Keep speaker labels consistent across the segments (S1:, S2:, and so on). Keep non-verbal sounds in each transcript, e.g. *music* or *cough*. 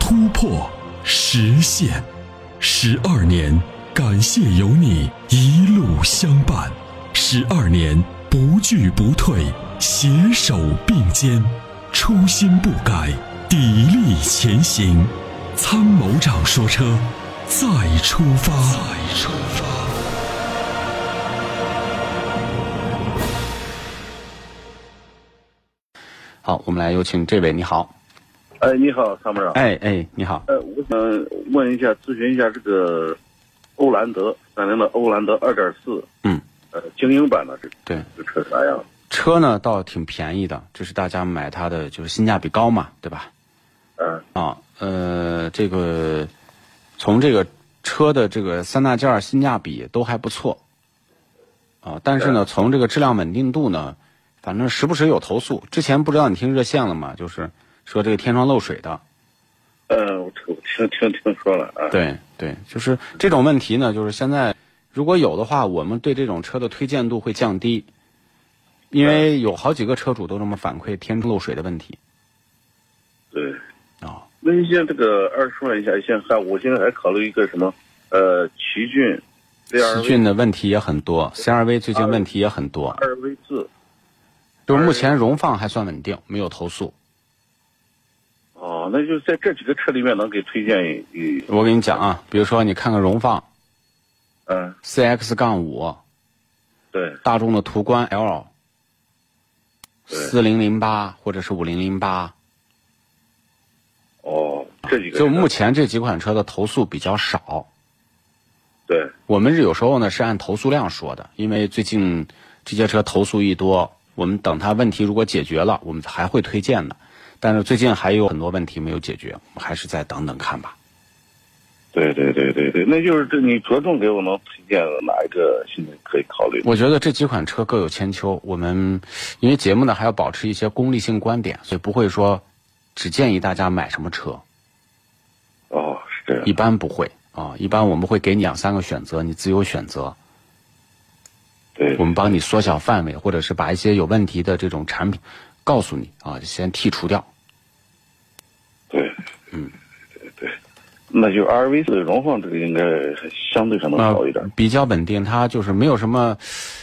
S1: 突破、实现，十二年，感谢有你一路相伴，十二年不惧不退，携手并肩，初心不改，砥砺前行。”参谋长说：“车，再出发。”再出发。
S2: 好，我们来有请这位，你好。
S3: 哎，你好，参谋长。
S2: 哎哎，你好。
S3: 呃，我想问一下，咨询一下这个欧蓝德三菱的欧蓝德二点四，
S2: 嗯，
S3: 呃，精英版的这
S2: 对，
S3: 这车啥样？
S2: 车呢倒挺便宜的，这是大家买它的就是性价比高嘛，对吧？
S3: 嗯
S2: 啊，呃，这个从这个车的这个三大件儿性价比都还不错啊，但是呢，从这个质量稳定度呢，反正时不时有投诉。之前不知道你听热线了吗？就是说这个天窗漏水的，
S3: 嗯，我听听听说了啊。
S2: 对对，就是这种问题呢，就是现在如果有的话，我们对这种车的推荐度会降低，因为有好几个车主都这么反馈天窗漏水的问题
S3: 对，
S2: 啊、
S3: 那你像这个二十万以下，现在还我现在还考虑一个什么，呃，奇骏
S2: 奇
S3: ，CRV
S2: 骏的问题也很多，CRV 最近问题也很多，
S3: 二 V 四，
S2: 就是目前荣放还算稳定，没有投诉。
S3: 哦，那就在这几个车里面能给推荐一，
S2: 我跟你讲啊，比如说你看看荣放
S3: 嗯，
S2: CX 杠五、
S3: 对
S2: 大众的途观 L、
S3: 对
S2: 四零零八或者是五零零八，
S3: 哦，这几个
S2: 就
S3: 车
S2: 目前这几款车的投诉比较少。
S3: 对，
S2: 我们是有时候呢是按投诉量说的，因为最近这些车投诉一多，我们等它问题如果解决了，我们还会推荐的。但是最近还有很多问题没有解决，我们还是再等等看吧。
S3: 对对对对对，那就是这你着重给我能推荐的哪一个，现在可以考虑？
S2: 我觉得这几款车各有千秋，我们因为节目呢还要保持一些功利性观点，所以不会说只建议大家买什么车，
S3: 哦，是这样
S2: 一。般不会啊。一般我们会给你两三个选择，你自由选择，
S3: 对
S2: 我，们帮你缩小范围，或者是把一些有问题的这种产品告诉你啊，先剔除掉。
S3: 对，嗯，对对，那就 R V 四荣放这个应该相对上能
S2: 呃
S3: 好一点。
S2: 比较稳定，它就是没有什么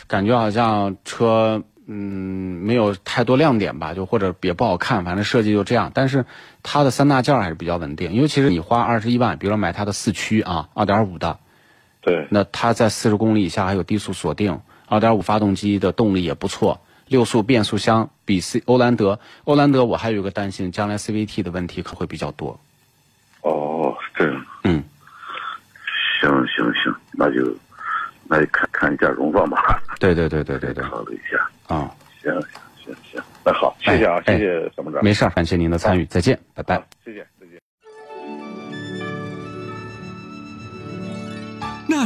S2: 感觉，好像车嗯没有太多亮点吧，就或者也不好看，反正设计就这样。但是它的三大件儿还是比较稳定，尤其是你花二十一万，比如说买它的四驱啊，二点五的，
S3: 对，
S2: 那它在四十公里以下还有低速锁定，二点五发动机的动力也不错。六速变速箱比 C 欧蓝德，欧蓝德我还有一个担心，将来 CVT 的问题可会比较多。
S3: 哦，是这样。
S2: 嗯，
S3: 行行行，那就那就看看一下荣放吧， *laughs*
S2: 对对对对对对，
S3: 考虑一下。
S2: 啊、
S3: 行行行行，那好，谢谢啊，
S2: 哎
S3: 谢谢参谋长。
S2: 没事儿，感谢您的参与，再见，拜拜
S3: 好。，谢谢，再见。
S1: 那